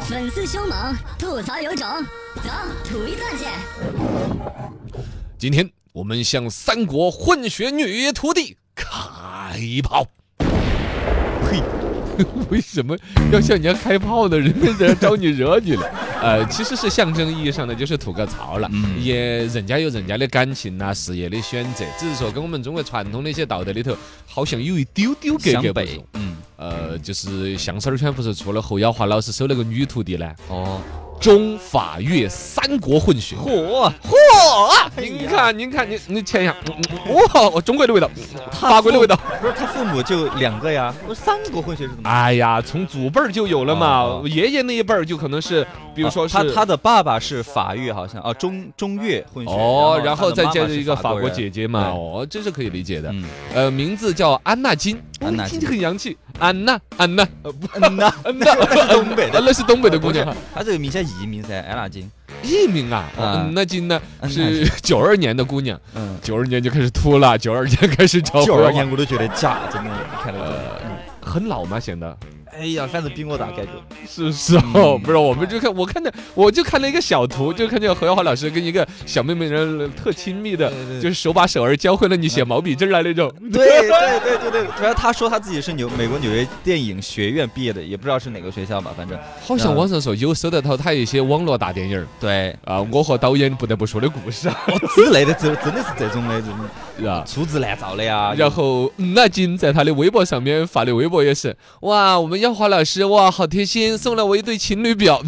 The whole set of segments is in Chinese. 粉丝凶猛，吐槽有种，走，吐一段去。今天我们向三国混血女徒弟开炮！ 嘿，为什么要向人家开炮呢？人家招你惹 你了。呃，其实是象征意义上的，就是吐个槽了。嗯也人家有人家的感情呐、事业的选择，只是说跟我们中国传统的一些道德里头，好像有一丢丢格湘格不北入。，嗯，呃，就是相声圈不是出了侯耀华老师收了个女徒弟呢？哦，中法越三国混血。嚯，嚯！呀您看，您看，您你前一下，嗯嗯哇，我中国的味道，法国的味道。不是他父母就两个呀，不是三国混血是怎么？哎呀，从祖辈儿就有了嘛哦，爷爷那一辈儿就可能是，比比如说是啊他他的爸爸是法越，好像哦中中越混血，哦，然后他的再妈妈加是上一个法国人哎姐姐嘛，对哦，这是可以理解的。嗯呃，名字叫安娜金，安娜哦听金着很洋气。安娜，安 娜，呃，不，嗯呐，安娜，那是东北呃 的，那是东北的姑不是娘，他这个名叫移民噻，安娜金，艺名啊。哦啊安娜金呢安娜是九二年的姑娘，嗯，九二年就开始秃了，九二年开始找九活二了年我都觉得假，真的，你看到没呃有？很老嘛，显得哎呀，反正比我大 感觉，是不是哦？嗯不是，我们就看，我看着我就看了一个小图，就看见何耀华老师跟一个小妹妹人呃特亲密的，对对就是手把手儿教会了你写毛笔字儿来那种。对对对对对，主要他说他自己是纽美国纽约电影学院毕业的，也不知道是哪个学校吧，反正好像网上说有搜得到他一些网络大电影儿 对哦啊，我和导演不得不说的故事啊，之类的，这真的是这种的，这种是吧？ 粗制滥造的呀。然后，嗯，那金在他的微博上面发的微博也是，哇，我们耀华老师哇，好贴心，送了我一对情侣 表。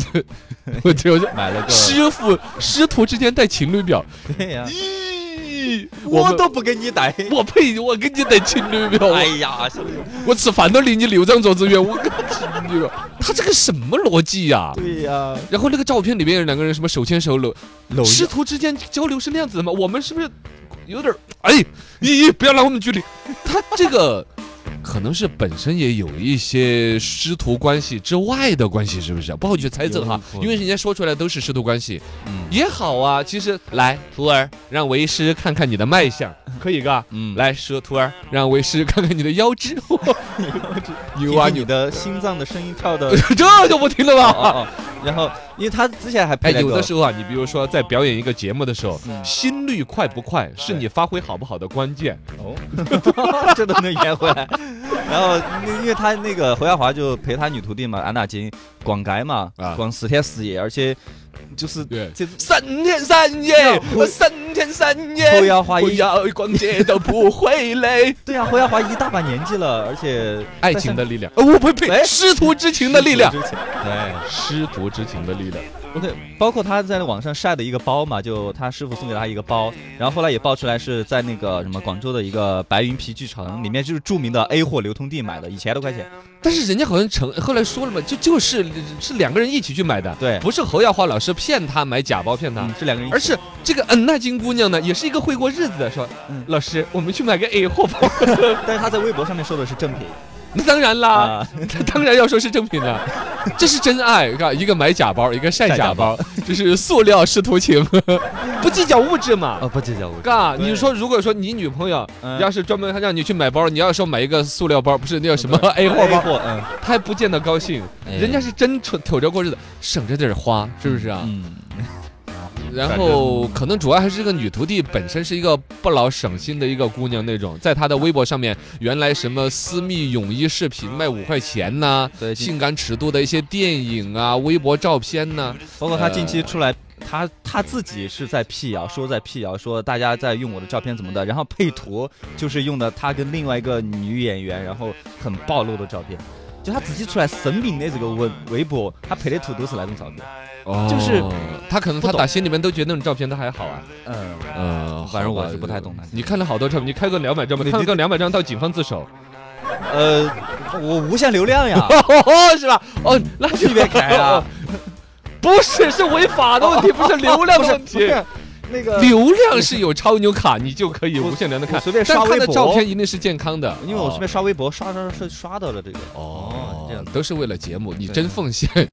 我就说，买了个，师傅师徒之间戴情侣表，对呀， 咦，我我们都不给你带。我呸，我跟你戴情侣表，哎我呀，小刘我吃饭都离你六张桌子远，我跟情侣表，他这个什么逻辑呀、对呀，然后那个照片里面两个人什么手牵手搂搂师徒之间交流是那样子的吗？我们是不是有点儿哎？咦咦，不要拉我们距离。他这个可能是本身也有一些师徒关系之外的关系，是不是？不好去猜测哈有，可能因为人家说出来都是师徒关系，嗯也好啊。其实来，徒儿，让为师看看你的脉象，可以嘎。嗯，来，师徒儿，让为师看看你的腰 肢。听牛啊牛。听你！的心脏的声音跳的 这就不听了吧？哦哦，然后因为他之前还哎，配了有的时候，候啊，你比如说在表演一个节目的时候，嗯心率快不快是你发挥好不好的关键。哦，这都能圆回来。然后因为他那个侯耀华就陪他女徒弟嘛，安娜金逛街嘛啊，逛十天十夜，而且就是对这三天三夜那，我三天三夜，后摇花一不要逛街都不会 累。对啊，侯耀华一大把年纪了，而且爱情的力量，哦，我不呸，哎师徒之情的力量，对。师徒之情的力量。对，包括他在网上晒的一个包嘛，就他师傅送给他一个包，然后后来也爆出来是在那个什么广州的一个白云皮具城里面，就是著名的 A 货流通地买的，一千多块钱。但是人家好像成后来说了嘛，就就是是两个人一起去买的，对不是侯耀华老师骗他买假包骗他。嗯，这两个人一起，而是这个恩纳金姑娘呢，也是一个会过日子的，说、嗯老师，我们去买个 A 货吧。但是他在微博上面说的是正品 那当然啦，啊，他 当然要说是正品了，这是真爱，看一个买假包，一个晒假包，这是塑料师徒情， 不计较物质嘛。 哦，不计较我。嘎，对你说如果说你女朋友 嗯要是专门她让你去买包，你要说买一个塑料包，不是那叫什么 A 货 A 包，货，嗯，她还不见得高兴，哎人家是真瞅瞅着过日子，省着点花，是不是啊？嗯，然后可能主要还是这个女徒弟本身是一个不老省心的一个姑娘那种，在她的微博上面，原来什么私密泳衣视频卖五块钱呐、对，近性感尺度的一些电影啊、微博照片呐，包括他近期出来，他他自己是在辟谣，说在辟谣，说大家在用我的照片怎么的，然后配图就是用的他跟另外一个女演员，然后很暴露的照片。就他自己出来神评的这个微微博，他配的图都是那种照片。就是哦他可能他不懂打心里面都觉得那种照片他还好啊。嗯，呃，反正好吧呃我是不太懂的你看了好多照片，你看个两百张吧，对看对个两百张到警方自首，，呃，我无限流量 呀 哦，是吧？哦， 那随便啊开啊， 不是，是违法的问题，不是流量不的是问不 题。是那 个，流量是有超牛卡，你就可以无限量的看我，随便但刷看微的博照片一定是健康的，因为我随便刷微博刷刷刷刷到了这个。哦这样，都是为了节目，你对真奉献。